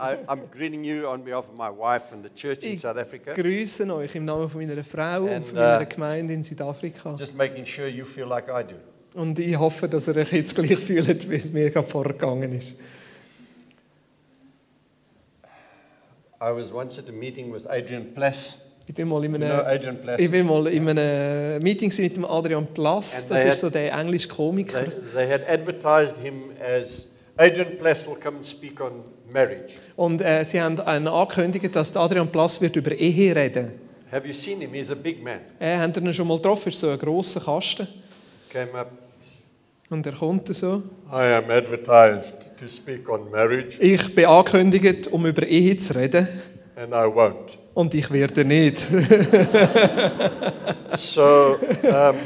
I, I'm greeting you on behalf of my wife and the church in Ich South Africa. grüße euch im Namen von meiner Frau And, und von meiner uh, Gemeinde in Südafrika. Just making sure you feel like I do. Und ich hoffe, dass ihr euch jetzt gleich fühlt, wie es mir gerade vorgegangen ist. I was once at a meeting with Adrian Plas. Ich bin mal in You einem, know Adrian Plas? ich bin mal in einem äh, Meeting gewesen mit dem Adrian Plass, And äh, das they ist so der englische Komiker. They, they had advertised him as Adrian Plas will come and speak on marriage. Und äh, sie haben einen angekündigt, dass der Adrian Plass wird über Ehe reden Have you seen him? He's a big man. äh, Haben ihr ihn schon mal getroffen? Ist so ein grosser Kasten. Came up. Und er kommt so. I am advertised to speak on marriage, Ich bin angekündigt, um über Ehe zu reden. and I won't. Und ich werde nicht. So um,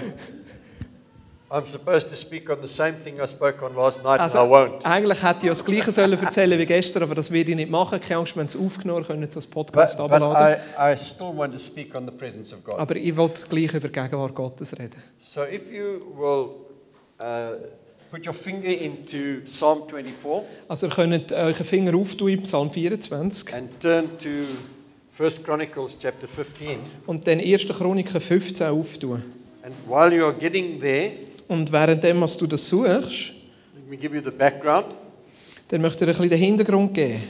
I'm supposed to speak on the same thing I spoke on last night, and I Also, won't. eigentlich hätte ich ja das Gleiche sollen erzählen wie gestern, aber das werde ich nicht machen. Keine Angst, wir haben es aufgenommen, können es als But, Podcast but abladen. I, I still want to speak on the presence of God. Aber ich wollte gleich über die Gegenwart Gottes reden. So if you will uh, put your finger into Psalm 24 Also ihr könnt euren Finger auftun im Psalm 24 and turn to 1 Chronicles chapter 15. und dann 1. Chroniker 15 auftun. And while you are getting there, Und währenddem, was du das suchst, let me give you the background. dann möchte ich dir ein bisschen den Hintergrund geben.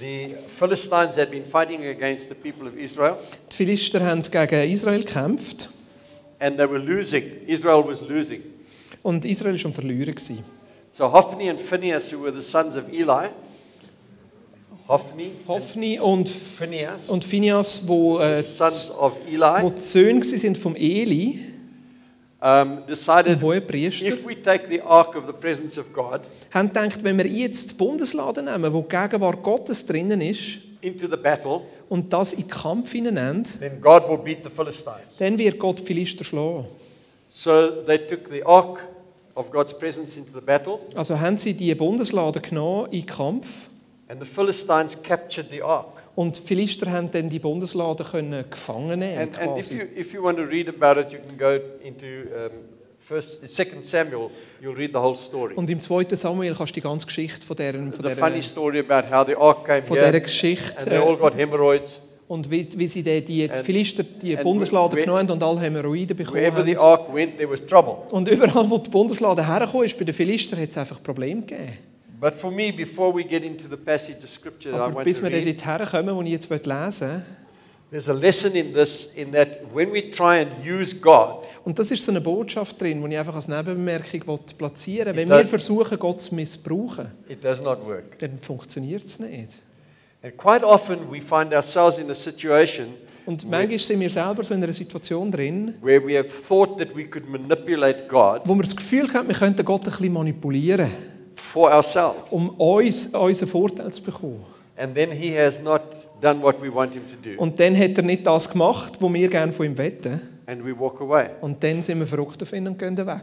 The Philistines had been fighting against the people of Israel, Die Philister haben gegen Israel gekämpft and they were losing. Israel was losing. und Israel war am Verlieren. gewesen. So Hophni and Phinehas, who were the sons of Eli, Hophni and Hophni und, Phinehas, und Phineas, wo, äh, the sons of Eli, wo die Söhne waren vom Eli, um, dem decided hohen Priester, if we take the ark of the presence of God haben gedacht, wenn wir jetzt die Bundeslade nehmen, wo die Gegenwart Gottes drinnen ist, into the battle, und das in den Kampf hinein, then God will beat the Philistines. dann wird Gott die Philister schlagen. So they took the ark of God's presence into the battle, Also haben sie die Bundeslade genommen in den Kampf and the Philistines captured the ark. und die Philister haben dann die Bundeslade können gefangen nehmen And, and if, quasi. you, if you want to read about it, you can go into um, first, Second Samuel. You'll read the whole story. Und im 2. Samuel kannst du die ganze Geschichte von deren, von The deren, funny story about how the ark came von dieser here, and Geschichte they all äh, got hemorrhoids. und wie, wie sie die, die And- Philister die and Bundeslade where- genommen haben und alle Hämorrhoiden bekommen Wherever the haben. ark went, there was trouble. Und überall, wo die Bundeslade hergekommen ist, bei den Philistern, hat es einfach Probleme gegeben. But for me, before we get into the passage of scripture that I Aber want bis to wir dann read, dorthin kommen, wo ich jetzt lesen möchte, there's a lesson in this, in that when we try and use God, und das ist so eine Botschaft drin, die ich einfach als Nebenbemerkung will platzieren will. Ich Wenn wir darf- versuchen, Gott zu missbrauchen, it does not work. dann funktioniert es nicht. And quite often, we find ourselves in a situation Und Wo- manchmal sind wir selber so in einer Situation drin, where we have thought that we could manipulate God wo wir das Gefühl haben, wir könnten Gott ein bisschen manipulieren, for ourselves. um uns unseren Vorteil zu bekommen. And then He has not done what we want Him to do. Und dann hat er nicht das gemacht, was wir gerne von ihm wetten. And we walk away. Und dann sind wir verrückt auf ihn und gehen weg.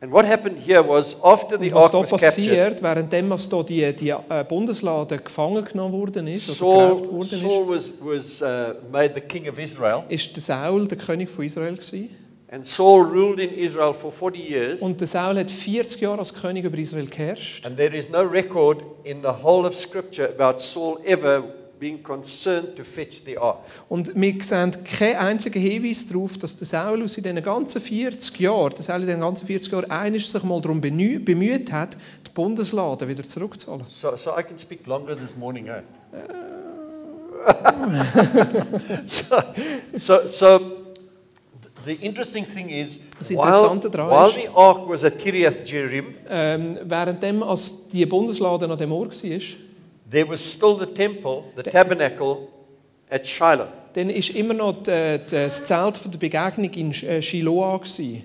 And what happened here was after the Und was ark da was captured, passiert, währenddem was da die, die äh, Bundeslade gefangen genommen worden ist oder geraubt Saul, worden Saul was, was uh, made the king of Israel, ist, ist der Saul der König von Israel gewesen. and Saul ruled in Israel for 40 years. Und der Saul hat 40 Jahre als König über Israel geherrscht. And there is no record in the whole of Scripture about Saul ever being concerned to fetch the ark. Und wir sehen keinen einzigen Hinweis darauf, dass der Saul aus in diesen ganzen 40 Jahren, der Saul in diesen ganzen 40 Jahren einisch sich mal darum benü- bemüht hat, die Bundeslade wieder zurückzuholen. So, so I can speak longer this morning, eh? so, so, so the interesting thing is, Das while, Interessante daran while ist- the ark was at Kiriath Jearim, Ähm, währenddem, als die Bundeslade an dem Ort war, there was still the temple, the tabernacle at Shiloh. dann war immer noch die, die, das Zelt von der Begegnung in Sch- äh, Shiloah. Gewesen.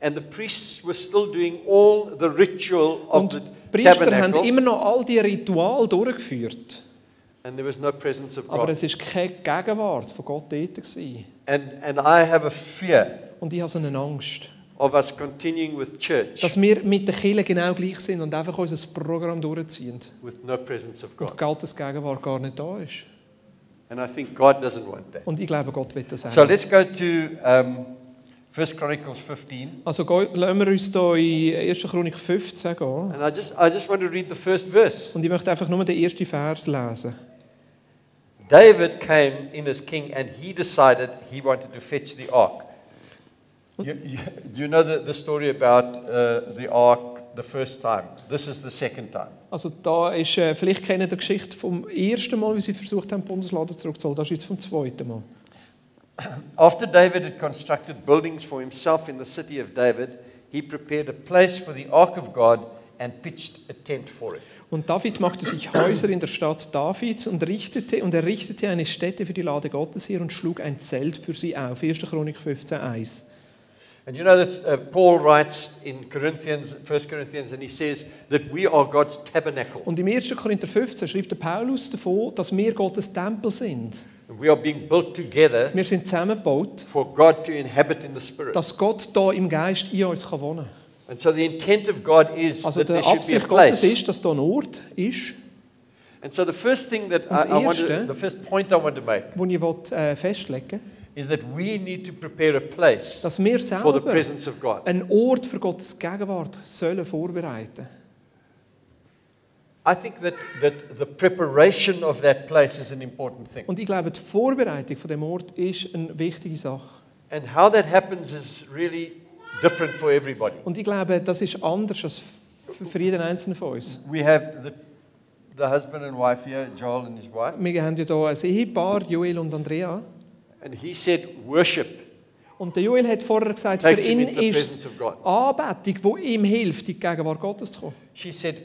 And the priests were still doing all the ritual of Und the die Priester haben tabernacle, immer noch all die Rituale durchgeführt. and there was no presence of Aber God. es war keine Gegenwart von Gott dort. Gewesen. And, and I have a fear Und ich habe so eine Angst, of us continuing with church dass wir mit der Kirche genau gleich sind und einfach unser Programm durchziehen. with no presence of Und God. Gottes Gegenwart gar nicht da ist. And I think God doesn't want that. Und ich glaube, Gott wird das So auch. let's go to um, 1 Chronicles 15. Also gehen- lassen wir uns hier in 1. Chronik 15 gehen. And I just, I just want to read the first verse. Und ich möchte einfach nur den ersten Vers lesen. David came in as king and he decided he wanted to fetch the ark. You, you, do you know the, the story about uh, the ark the first time? This is the second time. Also da ist, äh, vielleicht kennen Sie die Geschichte vom ersten Mal, wie sie versucht haben, die Bundeslade zurückzuholen. Das ist jetzt vom zweiten Mal. After David had constructed buildings for himself in the city of David, he prepared a place for the ark of God and pitched a tent for it. Und David machte sich Häuser in der Stadt Davids und, richtete, und errichtete eine Stätte für die Lade Gottes her und schlug ein Zelt für sie auf. 1. Chronik 15, 1. And you know that uh, Paul writes in Corinthians, 1 Corinthians, and he says that we are God's tabernacle. Und im 1. Korinther 15 schreibt der Paulus davon, dass wir Gottes Tempel sind. We are being built together Wir sind zusammengebaut, for God to inhabit in the Spirit. dass Gott da im Geist in uns kann wohnen kann. And so the intent of God is Also that there der should be a Absicht Gottes place. ist, dass da ein Ort ist, And so the first thing that I, Ons I want to, eerste- the first point I want to make wo ich will, äh, festlegen will, is that we need to prepare a place dass wir for the selber presence of God. einen Ort für Gottes Gegenwart sollen vorbereiten. I think that, that the preparation of that place is an important thing. Und ich glaube, die Vorbereitung von dem Ort ist eine wichtige Sache. And how that happens is really different for everybody. Und ich glaube, das ist anders als f- für jeden einzelnen von uns. We have the, the husband and wife here, Joel and his wife, Wir haben ja hier ein Ehepaar, Joel und Andrea. and he said, Worship Und der Joel hat vorher gesagt, für takes him ihn into the ist presence of God. es Anbetung, die ihm hilft, in die Gegenwart Gottes zu kommen. She said,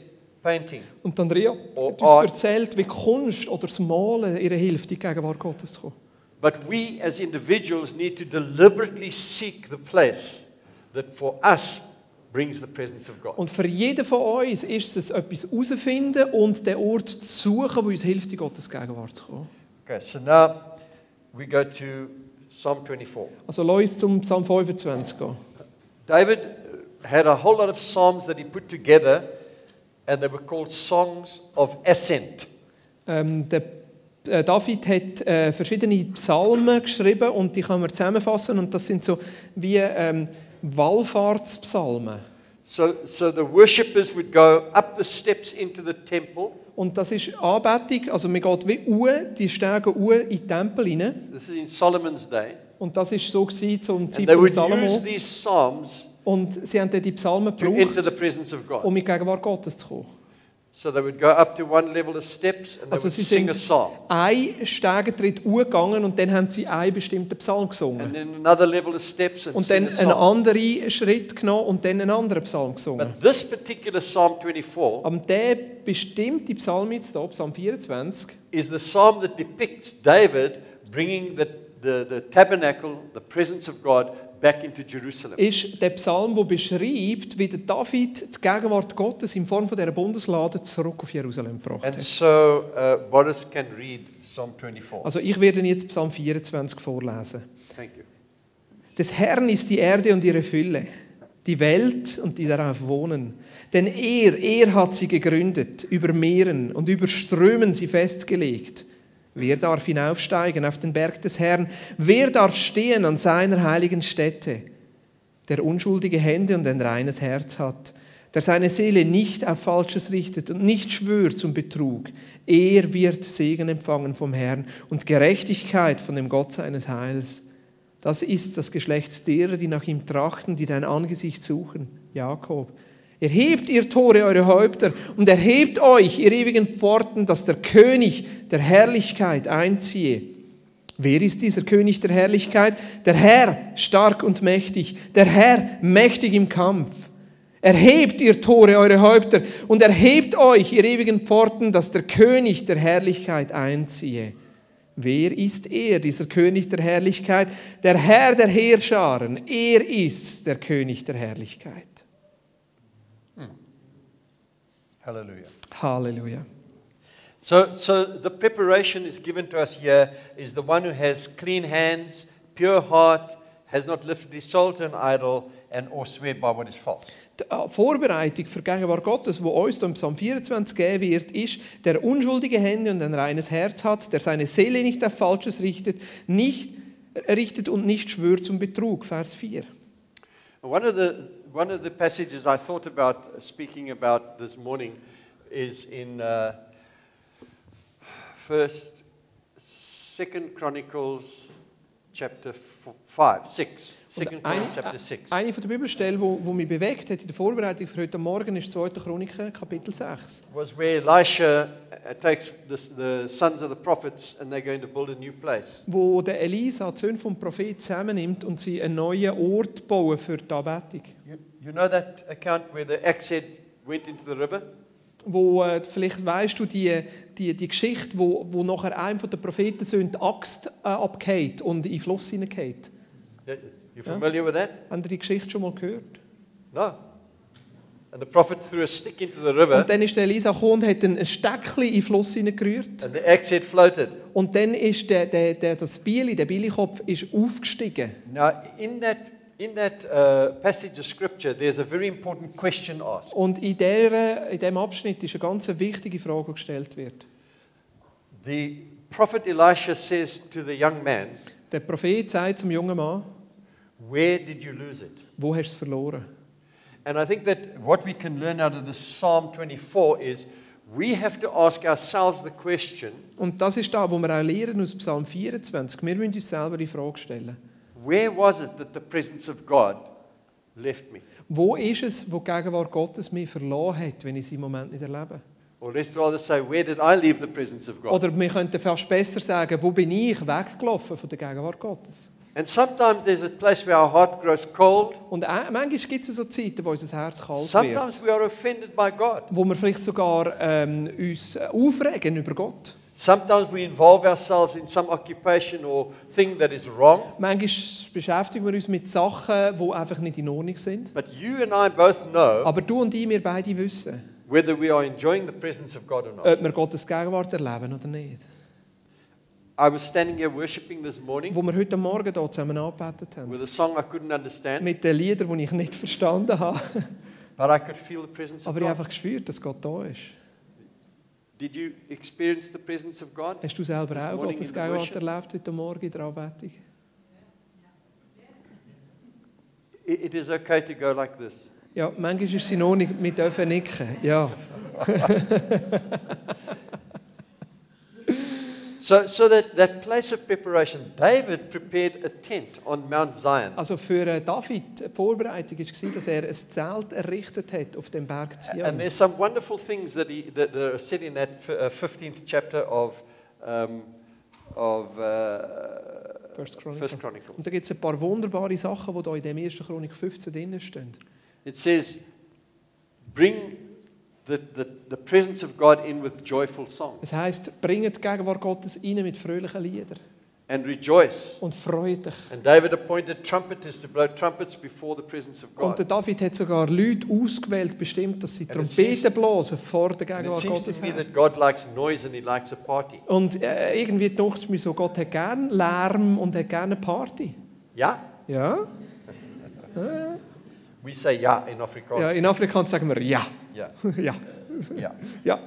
Painting. Und Andrea Oh, hat Art. uns erzählt, wie Kunst oder das Malen ihr hilft, in die Gegenwart Gottes zu kommen. But we as individuals need to deliberately seek the place that for us brings the presence of God. Und für jeden von uns ist es etwas herausfinden und den Ort zu suchen, der uns hilft, in Gottes Gegenwart zu kommen. Okay, so now we go to Psalm 24. Also lass uns zum Psalm 25 gehen. David uh, had a whole lot of psalms that he put together, and they were called songs of ascent. Ähm, der äh, David hat äh, verschiedene Psalmen geschrieben und die kann man zusammenfassen und das sind so wie ähm, Wallfahrtspsalmen. So, so the worshippers would go up the steps into the temple. Und das ist Anbetung, also man geht wie Uhr, die Stege Uhr in den Tempel hinein. This is in Solomon's day. Und das ist so gewesen zum And they Zeitpunkt would use Salomo. these psalms Und sie haben dann die Psalmen to enter the gebraucht, presence of God. um in die Gegenwart Gottes zu kommen. So they would go up to one level of steps and they Also would sie sing sind a psalm. ein Stegentritt Uhr gegangen und dann haben sie einen bestimmten Psalm And gesungen. then another level of steps and Und sing dann a einen psalm. anderen Schritt genommen und dann einen anderen Psalm gesungen. But this particular Psalm 24 Aber der bestimmte Psalm jetzt hier, Psalm 24, is the psalm that depicts David bringing the, the, the tabernacle, the presence of God, back into Jerusalem. ist der Psalm, der beschreibt, wie der David die Gegenwart Gottes in Form von dieser Bundeslade zurück auf Jerusalem gebracht And hat. so uh, Boris can read Psalm 24. Also ich werde jetzt Psalm 24 vorlesen. Thank you. Des Herrn ist die Erde und ihre Fülle, die Welt und die darauf wohnen. Denn er, er hat sie gegründet, über Meeren und über Strömen sie festgelegt. Wer darf hinaufsteigen auf den Berg des Herrn? Wer darf stehen an seiner heiligen Stätte? Der unschuldige Hände und ein reines Herz hat, der seine Seele nicht auf Falsches richtet und nicht schwört zum Betrug. Er wird Segen empfangen vom Herrn und Gerechtigkeit von dem Gott seines Heils. Das ist das Geschlecht derer, die nach ihm trachten, die dein Angesicht suchen, Jakob. Erhebt ihr Tore eure Häupter und erhebt euch, ihr ewigen Pforten, dass der König der Herrlichkeit einziehe. Wer ist dieser König der Herrlichkeit? Der Herr, stark und mächtig, der Herr, mächtig im Kampf. Erhebt ihr Tore eure Häupter und erhebt euch, ihr ewigen Pforten, dass der König der Herrlichkeit einziehe. Wer ist er, dieser König der Herrlichkeit? Der Herr der Heerscharen, er ist der König der Herrlichkeit. Hallelujah. Halleluja. So, so the preparation is given to us here is the one who has clean hands, pure heart, has not lifted his soul to an idol, and or swear by what is false. Die äh, Vorbereitung für die Gegenwart Gottes, die uns hier im Psalm 24 gegeben wird, ist, der unschuldige Hände und ein reines Herz hat, der seine Seele nicht auf Falsches richtet, nicht, richtet und nicht schwört zum Betrug. Vers 4. One of the one of the passages I thought about speaking about this morning is in uh, First, Second Chronicles, chapter four, five, six. Second Und eine, Chronicles, chapter six. eine von der Bibelstellen, die, die mich bewegt hat in der Vorbereitung für heute Morgen, ist 2. Chroniker, Kapitel 6. was where Elisha uh, takes the, the sons of the prophets and they're going to build a new place. wo der Elisa, die Söhne vom Prophet, zusammennimmt und sie einen neuen Ort bauen für die Anbetung. You, you know that account where the axe head went into the river? Wo, äh, vielleicht weißt du die, die, die Geschichte, wo, wo nachher einem von der Prophetensöhne die Axt äh, abgeht und in den Fluss hineingeht. You you familiar with that? Habt ihr die Geschichte schon mal gehört? No. And the prophet threw a stick into the river Und dann ist der Elisa gekommen und hat ein ein Steckchen in den Fluss hineingerührt. and the axe head floated. Und dann ist der, der, der, das Bieli, der Bielikopf, ist aufgestiegen. Now, in that, in that uh, passage of scripture, there's a very important question asked Und in, der, in diesem Abschnitt ist eine ganz wichtige Frage, die gestellt wird. The prophet Elisha says to the young man, Der Prophet sagt zum jungen Mann, Where did you lose it? wo hast du es verloren? And I think that what we can learn out of this Psalm 24 is we have to ask ourselves the question Und das ist da, wo wir auch lernen aus Psalm 24. Wir müssen uns selber die Frage stellen. where was it that the presence of God left me? Wo ist es, wo die Gegenwart Gottes mich verloren hat, wenn ich sie im Moment nicht erlebe? Or let's rather say, where did I leave the presence of God? Oder wir könnten fast besser sagen, wo bin ich weggelaufen von der Gegenwart Gottes? And sometimes there's a place where our heart grows cold. Und auch, manchmal gibt es so Zeiten, wo unser Herz kalt wird. Sometimes we are offended by God. Wo wir vielleicht sogar ähm, uns aufregen über Gott. Sometimes we involve ourselves in some occupation or thing that is wrong. Manchmal beschäftigen wir uns mit Sachen, die einfach nicht in Ordnung sind. But you and I both know Aber du und ich, wir beide wissen, whether we are enjoying the presence of God or not. ob wir Gottes Gegenwart erleben oder nicht. I was standing here worshiping this morning wo wir heute Morgen hier zusammen angebetet haben. with a song I couldn't understand, Mit den Liedern, die ich nicht verstanden habe. but I could feel the presence of Aber ich habe God. einfach gespürt, dass Gott da ist. Did you experience the presence of God? Hast du selber This auch morning Gottes in the Gegenwart worship. erlebt heute Morgen in der Anbetung? It it is okay to go like this. Ja, manchmal ist sie noch nicht, wir dürfen nicken. Ja. So, so that, that place of preparation, David prepared a tent on Mount Zion. Also für äh, David, die Vorbereitung war, dass er ein Zelt errichtet hat auf dem Berg And Zion. there's some wonderful things that, he, that, that are said in that fi- uh, 15th chapter of, um, of uh, First Chronicle. First Chronicle. Und da gibt es ein paar wunderbare Sachen, die da in dem 1. Chronik 15 drin stehen. It says, Bring the, the, the presence of God in with joyful songs Es heisst, bringt die Gegenwart Gottes rein mit fröhlichen Liedern and rejoice. und freut dich. And David appointed trumpeters to blow trumpets before the presence of Und der God. David hat sogar Leute ausgewählt, bestimmt, dass sie And it seems- Trompeten blasen vor der And it Gegenwart seems Gottes. to me that God likes noise and he likes a party. Und äh, irgendwie dachte ich mir so, Gott hat gerne Lärm und hat gerne eine Party. Yeah? Ja? We say yeah in ja Afrikaans. in Afrika sagen wir ja. Yeah. ja. Yeah. ja.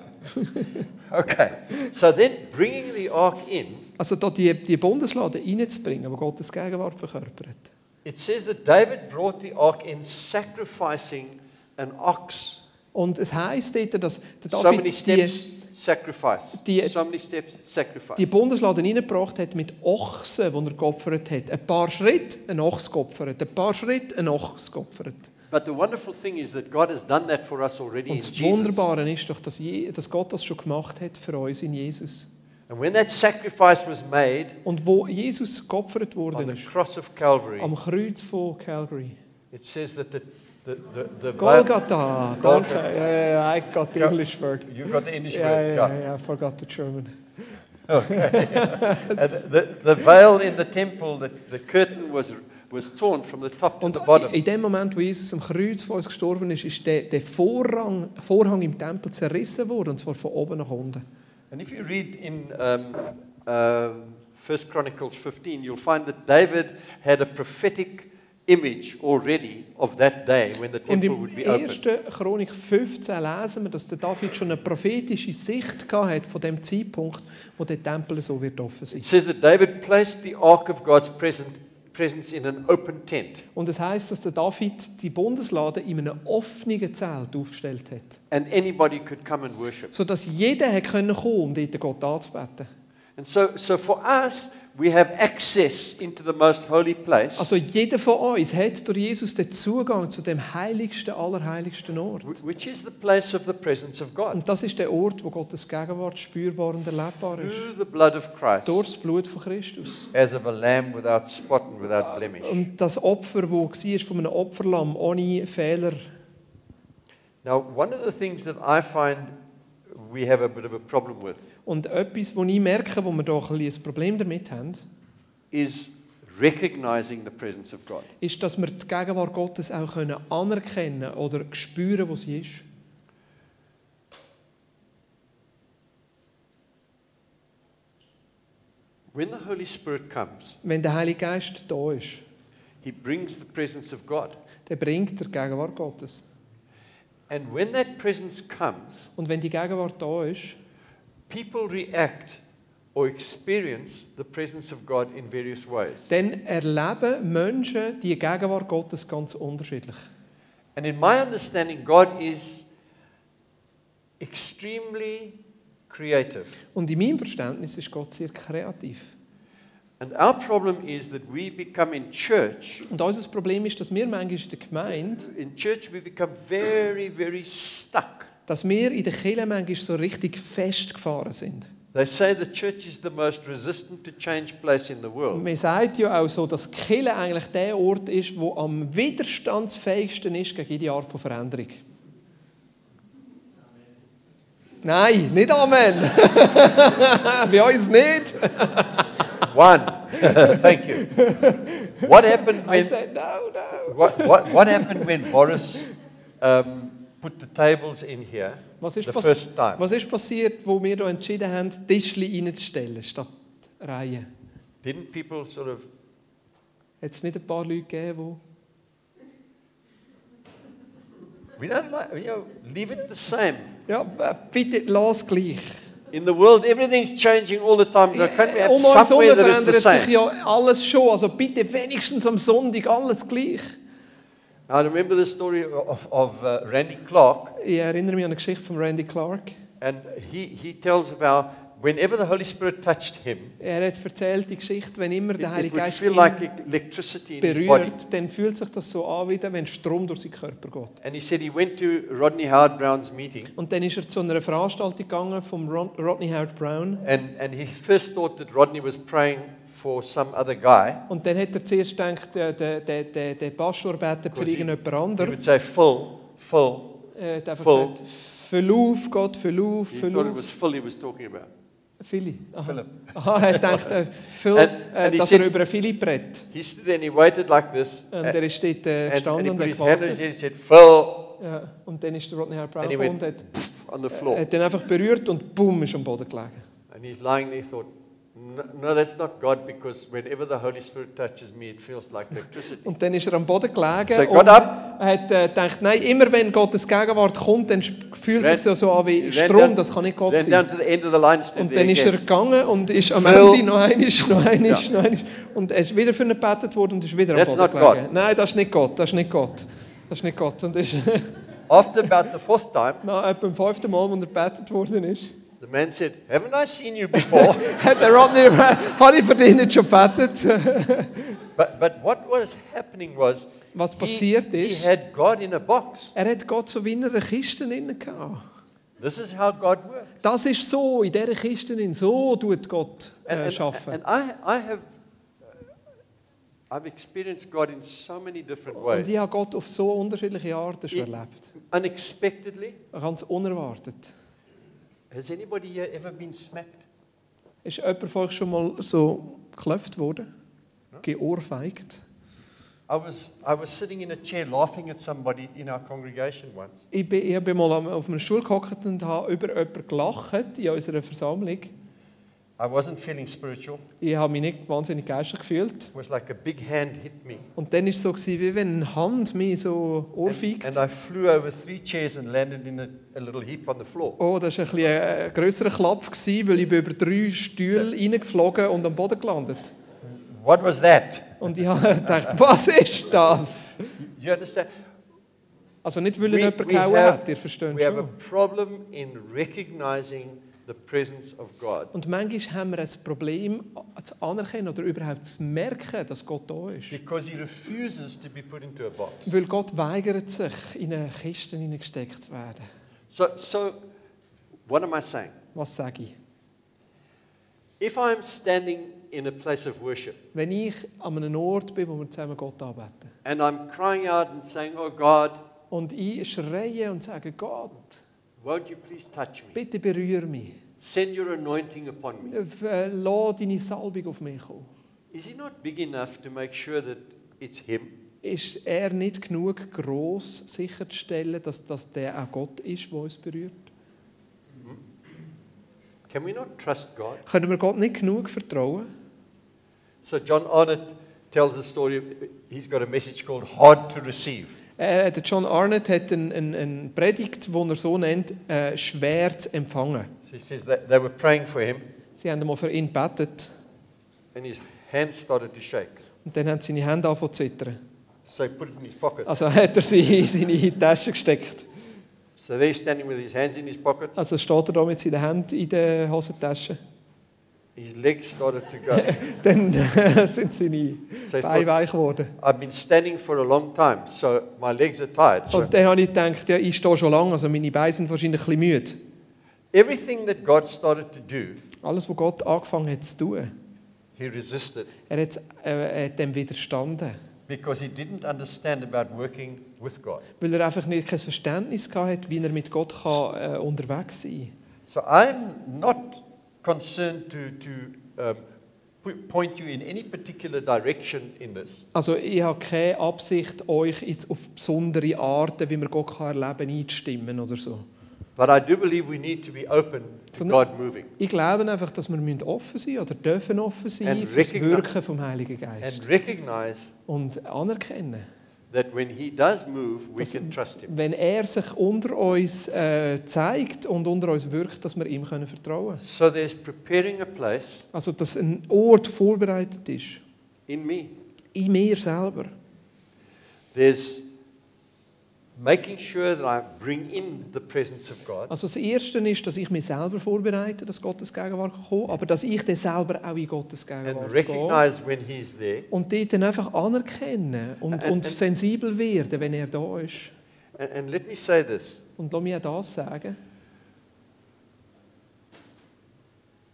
Okay. So then bringing the ark in. Also da die, die Bundeslade reinzubringen, die Gottes Gegenwart verkörpert. It says that David brought the ark in sacrificing an ox. Und es heisst dort, dass der So many David die, steps, sacrifice. die- So many steps, sacrifice. die Bundeslade reingebracht hat mit Ochsen, die er geopfert hat. Ein paar Schritte, ein Ochs geopfert. Ein paar Schritte, ein Ochs geopfert. But the wonderful thing is that God has done that for us already in Und das Jesus. Wunderbare ist doch, dass, Je dass Gott das schon gemacht hat für uns in Jesus. And when that sacrifice was made Und wo Jesus geopfert on worden the ist, cross of Calvary, am Kreuz von Calgary. it says that the the the, the Golgatha, danke. Golgatha. Ja, ja, ja, I got the Ja. English word. You got the English Ja, word, ja, ja, I forgot the German. And the, the veil in the temple, the, the curtain was was torn from the top to Und the bottom. in dem Moment, wo Jesus am Kreuz von uns gestorben ist, ist der, der Vorrang, Vorhang im Tempel zerrissen worden, und zwar von oben nach unten. And if you read in um, um, First Chronicles 15, you'll find that David had a prophetic image already of that day when the Und temple im would be opened. 1. Chronik 15 lesen wir, dass der David schon eine prophetische Sicht gehabt hat von dem Zeitpunkt, wo der Tempel so wird offen sein. It says that David placed the ark of God's presence presents in an open tent. Und es heißt, dass der David die Bundeslade in einem offenen Zelt aufgestellt hat, and anybody could come and worship. sodass jeder hätte kommen können, um dort Gott anzubeten. And so, so for us, we have access into the most holy place, Also jeder von uns hat durch Jesus den Zugang zu dem heiligsten aller heiligsten Ort. wh- which is the place of the presence of God. Und das ist der Ort, wo Gottes Gegenwart spürbar und erlebbar ist. Through the blood of Christ, Durch das Blut von Christus. as of a lamb without spot and without blemish. Und das Opfer, das war von einem Opferlamm ohne Fehler. Now, one of the things that I find we have a bit of a problem with Und etwas, was ich merke, wo wir da ein, bisschen ein Problem damit haben, is recognizing the presence of God. ist, dass wir die Gegenwart Gottes auch können anerkennen oder spüren, wo sie ist. When the Holy Spirit comes, Wenn der Heilige Geist da ist, He brings the presence of God. dann bringt er die Gegenwart Gottes. And when that presence comes, Und wenn die Gegenwart da ist, people react or experience the presence of God in various ways. dann erleben Menschen die Gegenwart Gottes ganz unterschiedlich. And in my understanding, God is extremely creative. Und in meinem Verständnis ist Gott sehr kreativ. And our problem is that we become in church, Und unser Problem ist, dass wir manchmal in der Gemeinde, in church, we become very, very stuck. dass wir in der Kirche manchmal so richtig festgefahren sind. They say the church is the most resistant to change place in the Und world. man sagt ja auch so, dass die Kirche eigentlich der Ort ist, wo am widerstandsfähigsten ist gegen jede Art von Veränderung. Nein, nicht Amen. Bei uns nicht. One. Thank you. What happened I when said no, no. What, what, what happened when Boris um, put the tables in here Was ist, the passi- first time? was ist passiert, wo wir da entschieden haben, Tischli reinzustellen statt Reihen? Didn't people sort of. Hat es nicht ein paar Leute gegeben, We don't like. You know, leave it the same. die. Ja, b- bitte lass gleich. In the world, everything's changing all the time. Now, can we have Um uns somewhere herum that it's the verändert sich same? ja alles schon. Also bitte wenigstens am Sonntag alles gleich. I remember the story of, of uh, Randy Clark, Ich erinnere mich an eine Geschichte von Randy Clark. and he, he tells about whenever the Holy Spirit touched him, Er hat erzählt die Geschichte, wenn immer it, der it Heilige would Geist feel ihn like e- electricity in his body. berührt, dann fühlt sich das so an, wie wenn Strom durch seinen Körper geht. And he said he went to Rodney Howard Brown's meeting. Und dann ist er zu einer Veranstaltung gegangen von Ron- Rodney Howard Brown. And, and he first thought that Rodney was praying for some other guy. Und dann hat er zuerst gedacht, äh, der, der, der, der Pastor betet für Quasi. irgendjemand He anderen. would say, Phil, Phil. Er hat einfach Voll. gesagt, «Füll auf, Gott, füll auf, He füll thought it auf». was Phil he was talking about. Philly. Aha. Philip. Aha, er hat gedacht, äh, Phil, And- äh, and he dass er said- über Philipp redet. He stood there and he waited like this. Und and, er ist dort äh, and, and gestanden he und put hat his hand on gewartet. his head and said, Phil, Ja, und dann ist der Rodney Howard Brown And he gekommen und went- hat, on the äh, floor. hat ihn einfach berührt und bumm, ist am Boden gelegen. And he's lying there, he thought, no, no, that's not God because whenever the Holy Spirit touches me, it feels like electricity. Und dann ist er am Boden gelegen So I und got up, er hat äh, gedacht, nein, immer wenn Gottes Gegenwart kommt, dann sp- fühlt Ran- es sich ja so an ran wie down- Strom, das kann nicht Gott ran sein. down to the end of the line, and stood Und there dann ist er again. gegangen und ist am Phil. Ende noch einisch, noch einisch, noch einisch. Und er ist wieder für ihn gebetet worden und ist wieder That's am not Boden gelegen. Nein, das ist nicht Gott, das ist nicht Gott. Das ist nicht Gott. Und ist, After about the fourth time, nach etwa dem fünften Mal, als er gebetet worden ist, the man said, haven't I seen you before? hat der Rodney, habe ich für dich nicht schon gebetet? But, but what was happening was Was he- passiert he, ist- had God in a box. Er hat Gott so wie in einer Kiste drin gehabt. This is how God works. Das ist so, in dieser Kiste drin, so tut Gott And, äh, and- arbeiten. and I, I have uh, I've experienced God in so many different Und ways. ich habe Gott auf so unterschiedliche Arten schon Ich- erlebt. Unexpectedly. Ganz unerwartet. Has anybody here ever been smacked? Ist jemand von euch schon mal so geklopft worden? Geohrfeigt? I was, I was sitting in a chair laughing at somebody in our congregation once. Ich bin, ich bin mal am- auf einem Stuhl gehockt und habe über jemanden gelacht in unserer Versammlung. I wasn't feeling spiritual. Ich habe mich nicht wahnsinnig geistlich gefühlt. It was like a big hand hit me. Und dann war es so, gewesen, wie wenn eine Hand mich so And, ohrfeigt. and I flew over three chairs and landed in a, a little heap on the floor. Oh, das war ein, bisschen ein grösserer Klapp, gewesen, weil ich bin über drei Stühle reingeflogen und am Boden gelandet. What was that? Und ich habe gedacht, was ist das? You understand? Also nicht, weil We- er jemanden we gehauen have- hat, ihr versteht we have a schon. problem in recognizing the presence of God. Und manchmal haben wir ein Problem a- zu anerkennen oder überhaupt zu merken, dass Gott da ist. Because he refuses to be put into a box. Weil Gott weigert sich, in eine Kiste hineingesteckt zu werden. So, so what am I saying? Was sage ich? If I'm standing in a place of worship Wenn ich an einem Ort bin, wo wir zusammen Gott anbeten and I'm crying out and saying, Oh God, und ich schreie und sage, Gott, won't you please touch me? bitte berühre mich. Send your anointing upon me. F- äh, Lass deine Salbung auf mich kommen. Is he not big enough to make sure that it's him? Ist er nicht genug gross, sicherzustellen, dass, dass der auch Gott ist, der uns berührt? Can we not trust God? Können wir Gott nicht genug vertrauen? So John Arnott tells a story. He's got a message called Hard to Receive. Äh, der John Arnott hat einen ein, ein Predigt, den er so nennt, äh, schwer zu empfangen. So he says that they were praying for him Sie haben einmal für ihn gebetet and his hands started to shake. und dann haben seine Hände angefangen zu zittern. So he put it in his pocket. Also hat er sie in seine Tasche gesteckt. So there he's standing with his hands in his pockets. Also steht er da mit seinen Händen in der Hosentasche. His legs started to go. Dann äh, sind seine So he Beine thought, weich geworden. I've been standing for a long time, so my legs are tired. So Und dann habe ich gedacht, ja, ich stehe schon lange, also meine Beine sind wahrscheinlich ein bisschen müde. everything that God started to do, Alles, was Gott angefangen hat zu tun, he resisted er hat, äh, er hat dem widerstanden. because he didn't understand about working with God. Weil er einfach nicht kein Verständnis hatte, wie er mit Gott kann, äh, unterwegs sein So I'm not concerned to, to um, pu- point you in any particular direction in this. Also ich habe keine Absicht, euch jetzt auf besondere Arten, wie man Gott kann erleben kann, einzustimmen oder so. But I do believe we need to be open to So no- God moving Ich glaube einfach, dass wir müssen offen sein oder dürfen offen sein And für das recognize- Wirken vom Heiligen Geist. and recognize Und anerkennen, that when He does move, we Das- can trust Him. wenn er sich unter uns äh, zeigt und unter uns wirkt, dass wir ihm können vertrauen können. So there's preparing a place Also, dass ein Ort vorbereitet ist. in me. In mir selber. There's making sure that I bring in the presence of God. Also das Erste ist, dass ich mich selber vorbereite, dass Gottes Gegenwart kann kommen aber dass ich dann selber auch in Gottes And Gegenwart gehe. recognize when He's there. Und die dann einfach anerkennen und, And- und and- sensibel werden, wenn er da ist. And, and let me say this Und lass mich auch das sagen.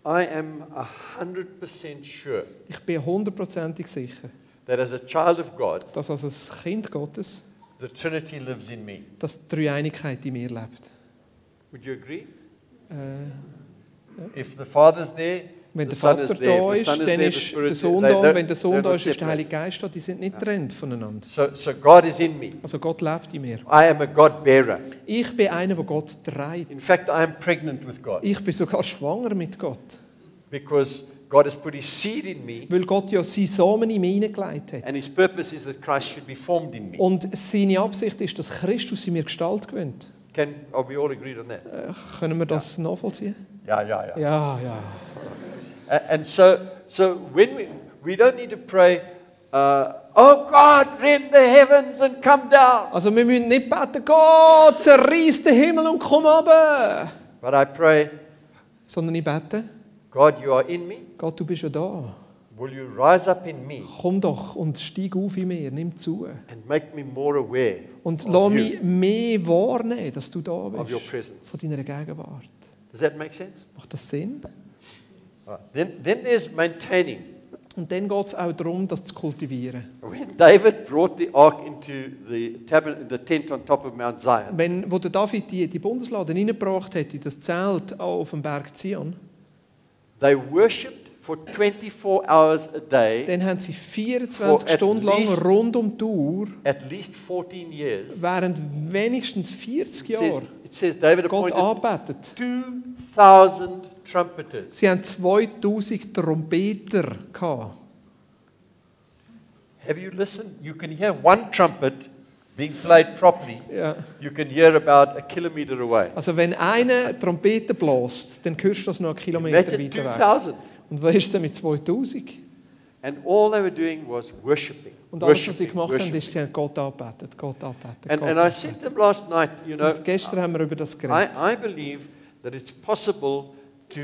I am 100% sure Ich bin hundertprozentig sicher, that as a child of God, dass als ein Kind Gottes, the Trinity lives in me. dass die Dreieinigkeit in mir lebt. Would you agree? Uh, Äh, If the Father's there, wenn The der Son is Vater there, da the ist, Son is dann there, the ist Spirit der is Sohn there. da. They- Und wenn der they're Sohn da not ist, ist der separate. Heilige Geist da. Die sind nicht getrennt voneinander. so, so God is in me. Also Gott lebt in mir. I am a God bearer. Ich bin einer, der Gott trägt. In fact, I am pregnant with God Ich bin sogar schwanger mit Gott. because God has put His seed in me Weil Gott ja seinen Samen in mich hineingelegt hat. and His purpose is that Christ should be formed in me. Und seine Absicht ist, dass Christus in mir Gestalt gewinnt. Can, are we all agreed on that? Äh, können wir das nachvollziehen? Yeah, yeah, Uh, yeah. Ja, ja. A- And so, so when we, we don't need to pray, uh, oh God, rend the heavens and come down. Also wir müssen nicht beten, Gott, zerreiß den Himmel und komm runter. But I pray, Sondern ich bete, God, you are in me. Gott, du bist ja da. Will you rise up in me Komm doch und steig auf in mir, nimm zu. and make me more aware Und Of lass you. mich mehr wahrnehmen, dass du da of your bist. presence? Von deiner Gegenwart. Does that make sense? Macht das Sinn? All right. Then, then there's maintaining. Und dann geht es auch darum, das zu kultivieren. When David brought the ark into the, tabern- the tent on top of Mount Zion, Wenn, wo der David die, die Bundeslade reingebracht hat, in das Zelt auf dem Berg Zion, they worshipped for 24 hours a day, dann haben sie For 24 Oh, at Stunden lang least- rund um die Uhr, at least 14 years. während wenigstens 40 It says, Jahren, it says David Gott appointed anbetet. 2,000 trumpeters. Sie haben 2000 Trompeter. Gehabt. Have you listened? You can hear one trumpet being played properly. Ja. You can hear about a kilometer away. Also wenn einer Trompete bläst, dann hörst du das noch einen Kilometer Imagine weiter weg. 2,000. Und was ist denn mit 2000? And all they were doing was worshiping. Und alles, was worshiping, sie gemacht haben, worshiping. ist, sie haben Gott angebetet, Gott angebetet, And, Gott and I angebetet. said to them last night, you know, Und gestern haben wir über das geredet. I, I believe that it's possible to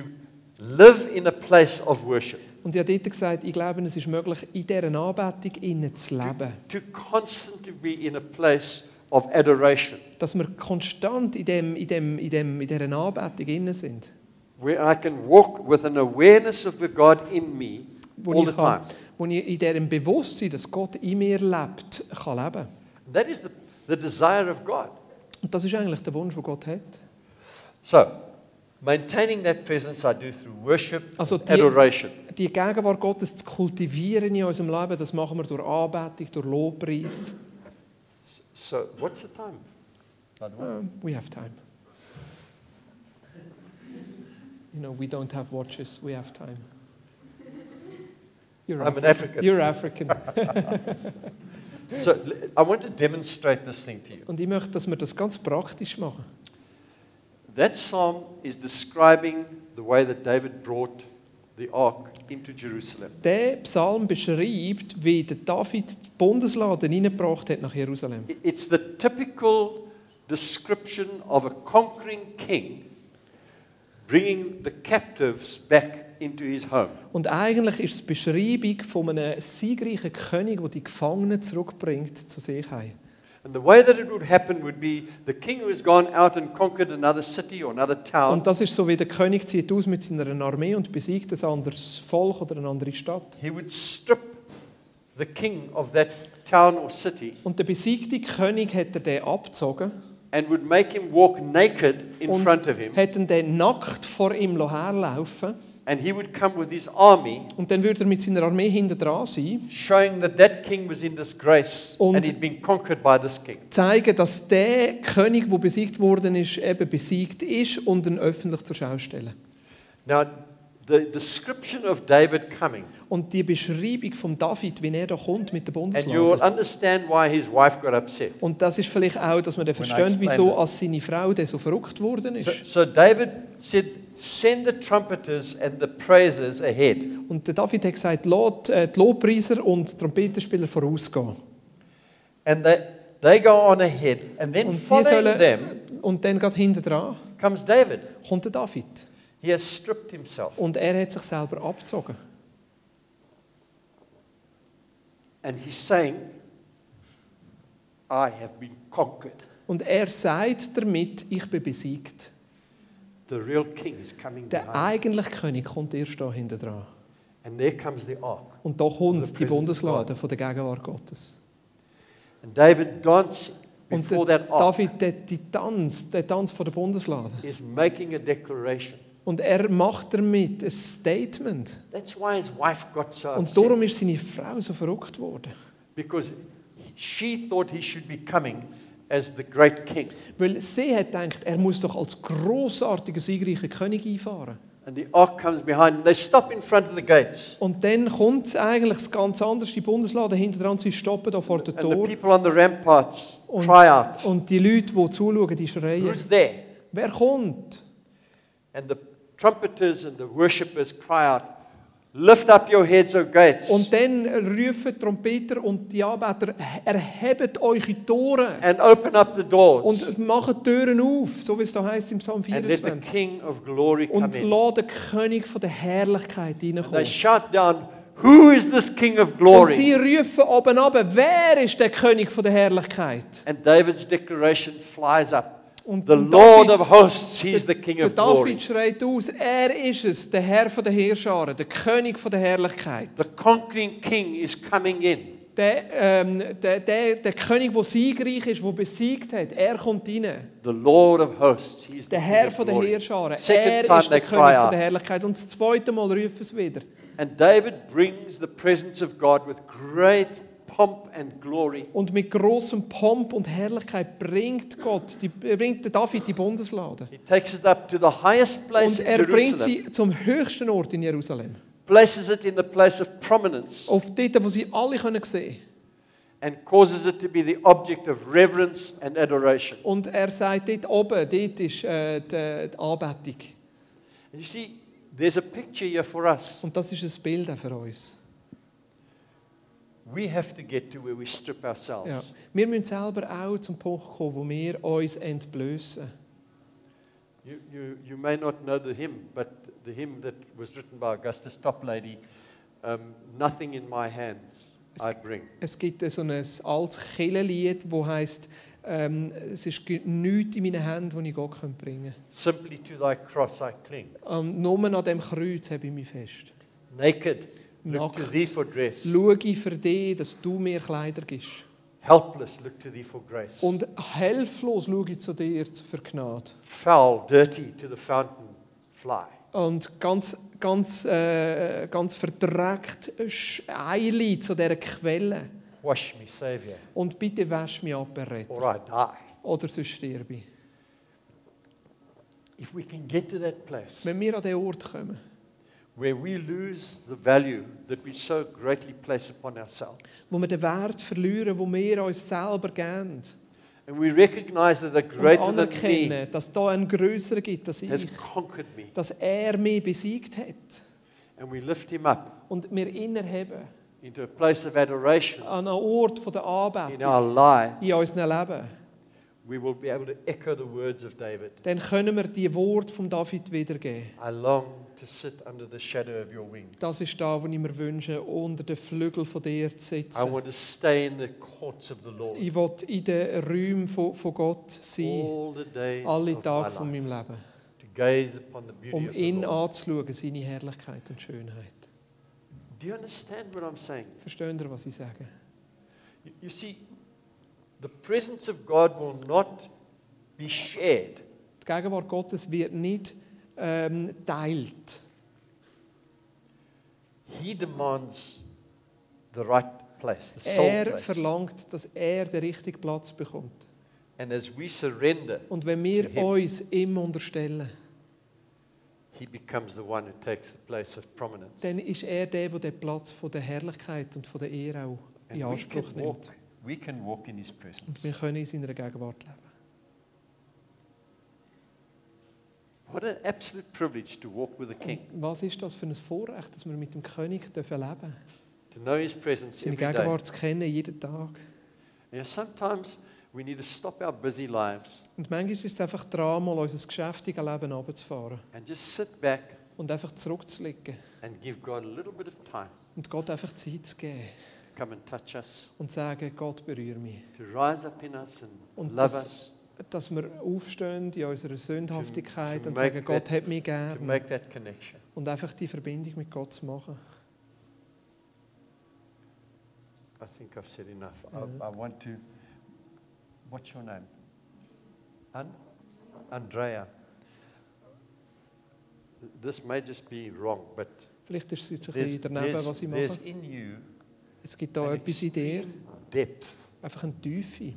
live in a place of worship, Und ich habe dort gesagt, ich glaube, es ist möglich, in dieser Anbetung innen zu leben. to constantly be in a place of adoration, Dass wir konstant in, dem, in, dem, in, dem, in dieser Anbetung innen sind. where I can walk with an awareness of the God in me all Wo the ich, kann, time. wo ich in diesem Bewusstsein, dass Gott in mir lebt, kann leben. That is the, the desire of God. Und das ist eigentlich der Wunsch, den Gott hat. So, maintaining that presence I do through worship, Also and die- adoration. Die Gegenwart Gottes zu kultivieren in unserem Leben, das machen wir durch Anbetung, durch Lobpreis. So, what's the time? By the way, Um, we have time. You know, we don't have watches, we have time. You're I'm an Afri- African. You're African. So, l- I want to demonstrate this thing to you. Und ich möchte, dass wir das ganz praktisch machen. That psalm is describing the way that David brought the ark into Jerusalem. Der Psalm beschreibt, wie der David die Bundeslade hineingebracht hat nach Jerusalem. I- It's the typical description of a conquering king bringing the captives back into his home. Und eigentlich ist es die Beschreibung von einem siegreichen König, der die Gefangenen zurückbringt zu sich heim. And the way that it would happen would be the king who has gone out and conquered another city or another town, Und das ist so, wie der König zieht aus mit seiner Armee und besiegt ein anderes Volk oder eine andere Stadt. he would strip the king of that town or city Und der besiegte König hat er den abgezogen and would make him walk naked in und front of him. hat ihn dann nackt vor ihm herlaufen lassen. And he would come with his army Und dann würde er mit seiner Armee hinter dran sein, showing that that king was in disgrace Und- and he'd been conquered by this king. zeigen, dass der König, der besiegt worden ist, eben besiegt ist und ihn öffentlich zur Schau stellen. Now, the description of David coming, Und die Beschreibung von David, wie er da kommt mit der and you will Bundeslade. understand why his wife got upset. Und das ist vielleicht auch, dass man dann When I versteht, explain wieso this- als seine Frau der so verrückt worden So, ist. so David said, Send the trumpeters and the praisers ahead. Und der David hat gesagt, "Lasst, äh, die Lobpreiser und die Trompetenspieler vorausgehen. And they, they go on ahead. And then Und die following them sollen, und dann geht hinter dran comes David. kommt der David. He has stripped himself. Und er hat sich selber abgezogen. And he's saying, I have been conquered. Und er sagt damit, ich bin besiegt. The real king is coming Der behind. eigentliche König kommt erst da hinter dran. And there comes the ark. Und da The kommt die presence Bundeslade von der Gegenwart Gottes. And David dancing Und before der that ark David, der, die Tanz, der Tanz von der Bundeslade. is making a declaration. Und er macht damit ein Statement. That's why his wife got so Und upset. darum ist seine Frau so verrückt worden. because she thought he should be coming as the great king. Weil sie hat gedacht, er muss doch als großartiger, siegreicher König einfahren. And the ark comes behind. They stop in front of the gates. Und dann kommt eigentlich das ganz anders. Die Bundeslade hinter dran, sie stoppen da vor der And the Tor. people on the ramparts Und, cry out, und die Leute, die zuschauen, die schreien, Who's there? wer kommt? And the trumpeters and the worshippers cry out, Lift up your heads, O gates. Und dann rufen die Trompeter und die Anbeter, erhebt eure Tore and open up the doors. und macht Türen auf, so wie es da heißt im Psalm and let the 24. king of glory come Und in. lass den König von der Herrlichkeit And they hineinkommen. shout down, Who is this king of Und glory? sie rufen oben ab, wer ist der König von der Herrlichkeit? And David's declaration flies up. Und The David- Lord of hosts, he's the King der of David glory. schreit aus, er ist es, der Herr von der Heerscharen, der König von der Herrlichkeit. The conquering king is coming in. Der, ähm, der, der, der König, der siegreich ist, der besiegt hat, er kommt rein. The Lord of hosts, he's the Der Herr King von of der glory. Heerscharen, er Second time they ist der cry König von der out. Herrlichkeit. Und das zweite Mal rufen sie wieder. And David brings the presence of God with great pomp and glory. Und mit großem Pomp und Herrlichkeit bringt Gott, die, bringt der David die Bundeslade. He takes it up to the highest place Und in er bringt Jerusalem, sie zum höchsten Ort in Jerusalem. places it in the place of prominence, Auf dort, wo sie alle können sehen können. and causes it to be the object of reverence and adoration. Und er sagt, dort oben, dort ist äh, die, die Anbetung. And you see, there's a picture here for us. Und das ist ein Bild auch für uns. we have to get to where we strip ourselves. Ja. Wir müssen selber auch zum Punkt kommen, wo wir uns entblößen. You, you, you may not know the hymn, but the hymn that was written by Augustus Toplady, um, Nothing in My Hands I Bring. Es gibt so ein altes Kirchenlied, das heisst, ähm, es ist ge- nichts in meinen Händen, das ich Gott bringen Simply to Thy cross I cling. kann. Und nur an dem Kreuz habe ich mich fest. Naked, look to Nackt. Thee for dress. Schaue ich für dich, dass du mir Kleider gibst. Helpless, look to Thee for grace. Und hilflos schaue ich zu dir für Gnade. Foul, dirty, to the fountain fly. Und ganz, ganz, äh, ganz verdreckt sch- eile zu dieser Quelle. Wash me, Savior, Und bitte wasch mich ab, Herr Retter. or I die. Oder sonst sterbe ich. If we can get to that place Wenn wir an den Ort kommen, where we lose the value that we so greatly place upon ourselves, wo wir den Wert verlieren, wo wir uns selber geben, and we recognize that the und greater than me anerkennen, dass da ein Größerer gibt als has ich, conquered me, dass er mich besiegt hat. and we lift him up Und wir innerheben into a place of adoration an einen Ort von der in our Anbetung in lives, unserem Leben, we will be able to echo the words of David. dann können wir die Worte von David wiedergeben. I long to sit under the shadow of your wings. Das ist da, was ich mir wünsche, unter den Flügeln von dir zu I sitzen. want to stay in the courts of the Lord Ich will in den Räumen von, von Gott sein, all the days alle of my Tage von life, meinem Leben, to gaze upon the beauty um of the ihn Lord. anzuschauen, seine Herrlichkeit und Schönheit. Do you understand what I'm saying? Versteht ihr, was ich sage? You- You see, the presence of God will not be shared. Die Gegenwart Gottes wird nicht ähm, teilt. He demands the right place, the soul Er place. verlangt, dass er den richtigen Platz bekommt. And as we surrender, Und wenn To wir him. uns ihm unterstellen, he becomes the one who takes the place of prominence. dann ist er der, der den Platz von der Herrlichkeit und von der Ehre auch And in we Anspruch can, walk, nimmt. we can walk in his Und presence. wir können in seiner Gegenwart leben. What an absolute privilege to walk with the king, Und was ist das für ein Vorrecht, dass wir mit dem König dürfen leben dürfen? to know his presence Seine every day. Gegenwart zu kennen, jeden Tag. You know, sometimes we need to stop our busy lives Und manchmal ist es einfach dran, mal unser geschäftiges Leben runterzufahren and just sit back und einfach zurückzulegen and give God a little bit of time und Gott einfach Zeit zu geben. to come and touch us, und sagen, Gott berühre mich. to rise up in us and Und love das- us, Dass wir aufstehen in unserer To- Sündhaftigkeit to und make sagen, Gott that- hat mich to gern. make that connection. Und einfach die Verbindung mit Gott zu machen. I think I've said enough. I, Mhm. I want to. What's your name? An- Andrea. This may just be wrong, but Vielleicht ist es jetzt ein there's, bisschen daneben, there's, was ich there's mache. in you Es gibt da an etwas in dir, extreme depth einfach eine Tiefe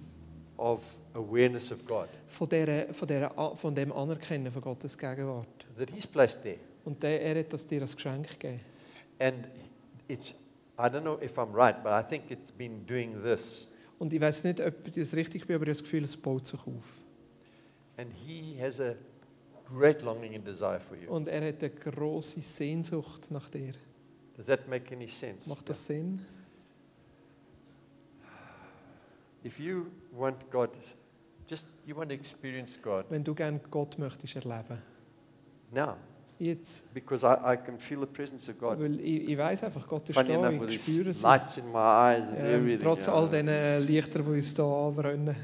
of awareness of God von, dieser, von, dieser, von dem Anerkennen von Gottes Gegenwart. that He's placed there. Und der, er hat das dir als Geschenk gegeben. And it's, I don't know if I'm right, but I think it's been doing this. Und ich weiß nicht, ob ich das richtig bin, aber ich habe das Gefühl, es baut sich auf. And He has a great longing and desire for you. Und er hat eine grosse Sehnsucht nach dir. Does that make any sense? Macht das Sinn? If you want God, just you want to experience God Wenn du gerne Gott möchtest erleben. now, Jetzt. because I, I can feel the presence of God. Weil ich, ich weiß einfach, Gott ist Funny da, enough, with ich spüre these es. lights in my eyes and Ähm, everything. trotz yeah. all diesen Lichtern, die eh, uns hier anbrennen.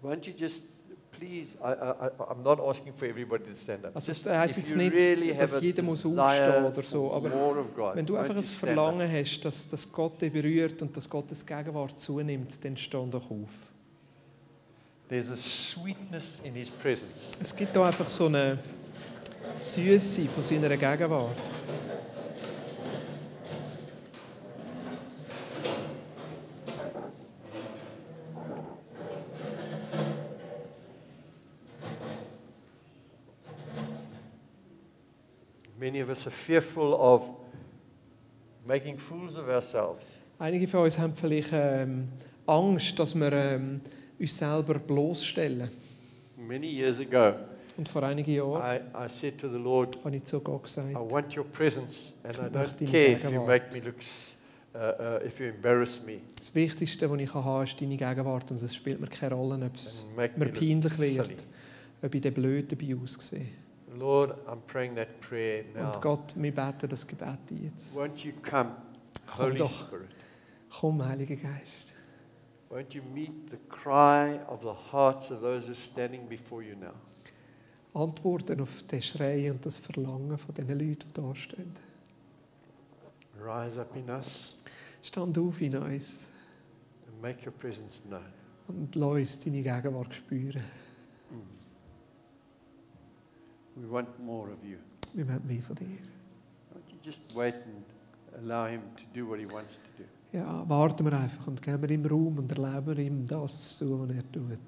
Won't you just, please, I, I, I- I'm not asking for everybody to stand up. Also, Just das heisst if jetzt you nicht, really dass have a jeder muss desire aufstehen oder so, for aber more of God, Wenn du won't einfach you ein stand up? Verlangen hast, dass, dass Gott dich berührt und dass Gottes Gegenwart zunimmt, dann steh doch auf. There's a sweetness in His presence. Es gibt da einfach so eine Süße von seiner Gegenwart. Many of us are fearful of making fools of ourselves. Einige von uns haben vielleicht ähm, Angst, dass wir ähm, uns selber bloßstellen. Many years ago, Und vor einigen Jahren I, I said to the Lord, habe ich zu Gott gesagt, I want your presence and I Ich möchte don't care deine if you Gegenwart. make me look s- uh, uh, if you embarrass me Das Wichtigste, was ich habe, ist deine Gegenwart und es spielt mir keine Rolle, ob es and make mir me look peinlich silly. wird, ob ich dann blöd dabei aussehe. Lord, I'm praying that prayer Und now. Gott, wir beten das Gebet jetzt. Won't you come, Komm Holy doch, Spirit? komm, Heiliger Geist. Won't you meet the cry of the hearts of those who are standing before you now? Antworten auf den Schrei und das Verlangen von den Leuten, die da stehen. Rise up in us Stand auf in uns and make your presence known. und lass uns deine Gegenwart spüren. Mm. We want more of you. Wir möchten mehr von dir. Won't you just wait and allow Him to do what He wants to do? Ja, warten wir einfach und geben wir ihm Raum und erleben ihm das zu tun, was er tut.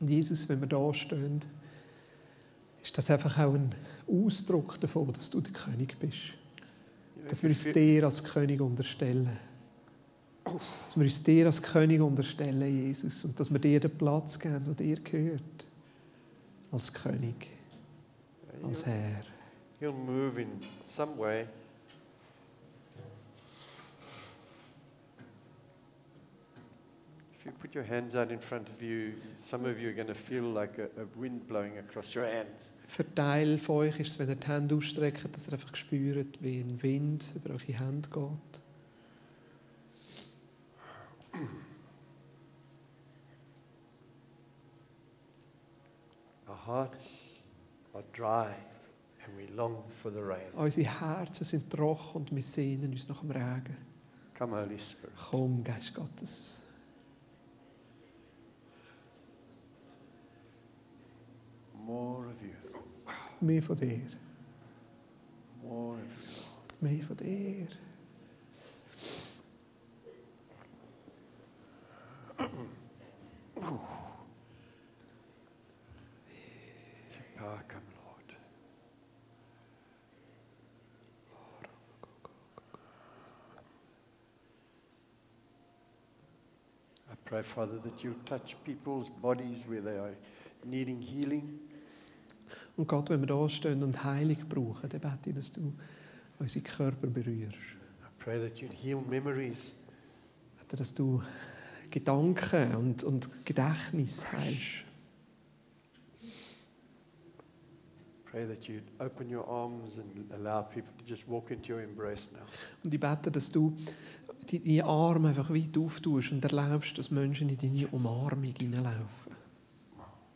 Und Jesus, wenn wir da stehen, ist das einfach auch ein Ausdruck davon, dass du der König bist. You know, Dass if wir you uns feel- dir als König unterstellen. Dass wir uns dir als König unterstellen, Jesus. Und dass wir dir den Platz geben, der dir gehört. Als König, als he'll, Herr. he'll move in some way. If you put your hands out in front of you, some of you are going to feel like a, a wind blowing across your hands. Für Teil von euch ist es, wenn ihr die Hände ausstreckt, dass ihr einfach spürt, wie ein Wind über eure Hände geht. Our hearts are dry and we long for the rain. Unsere Herzen sind trocken und wir sehnen uns nach dem Regen. Come, Holy Spirit. Komm, Geist Gottes. More of you. Mehr von dir. More of you. Mehr von dir. Your power Ah, come, Lord. I pray, Father, that you touch people's bodies where they are needing healing. Und Gott, wenn wir da stehen und Heilung brauchen, dann bete ich, dass du unsere Körper berührst. I pray that you'd heal memories. Vater, dass du Gedanken und, und Gedächtnis heilst. Pray that you'd open your arms and allow people to just walk into your embrace now. Und ich bete, dass du deine Arme einfach weit auftust und erlaubst, dass Menschen in deine Umarmung hineinlaufen.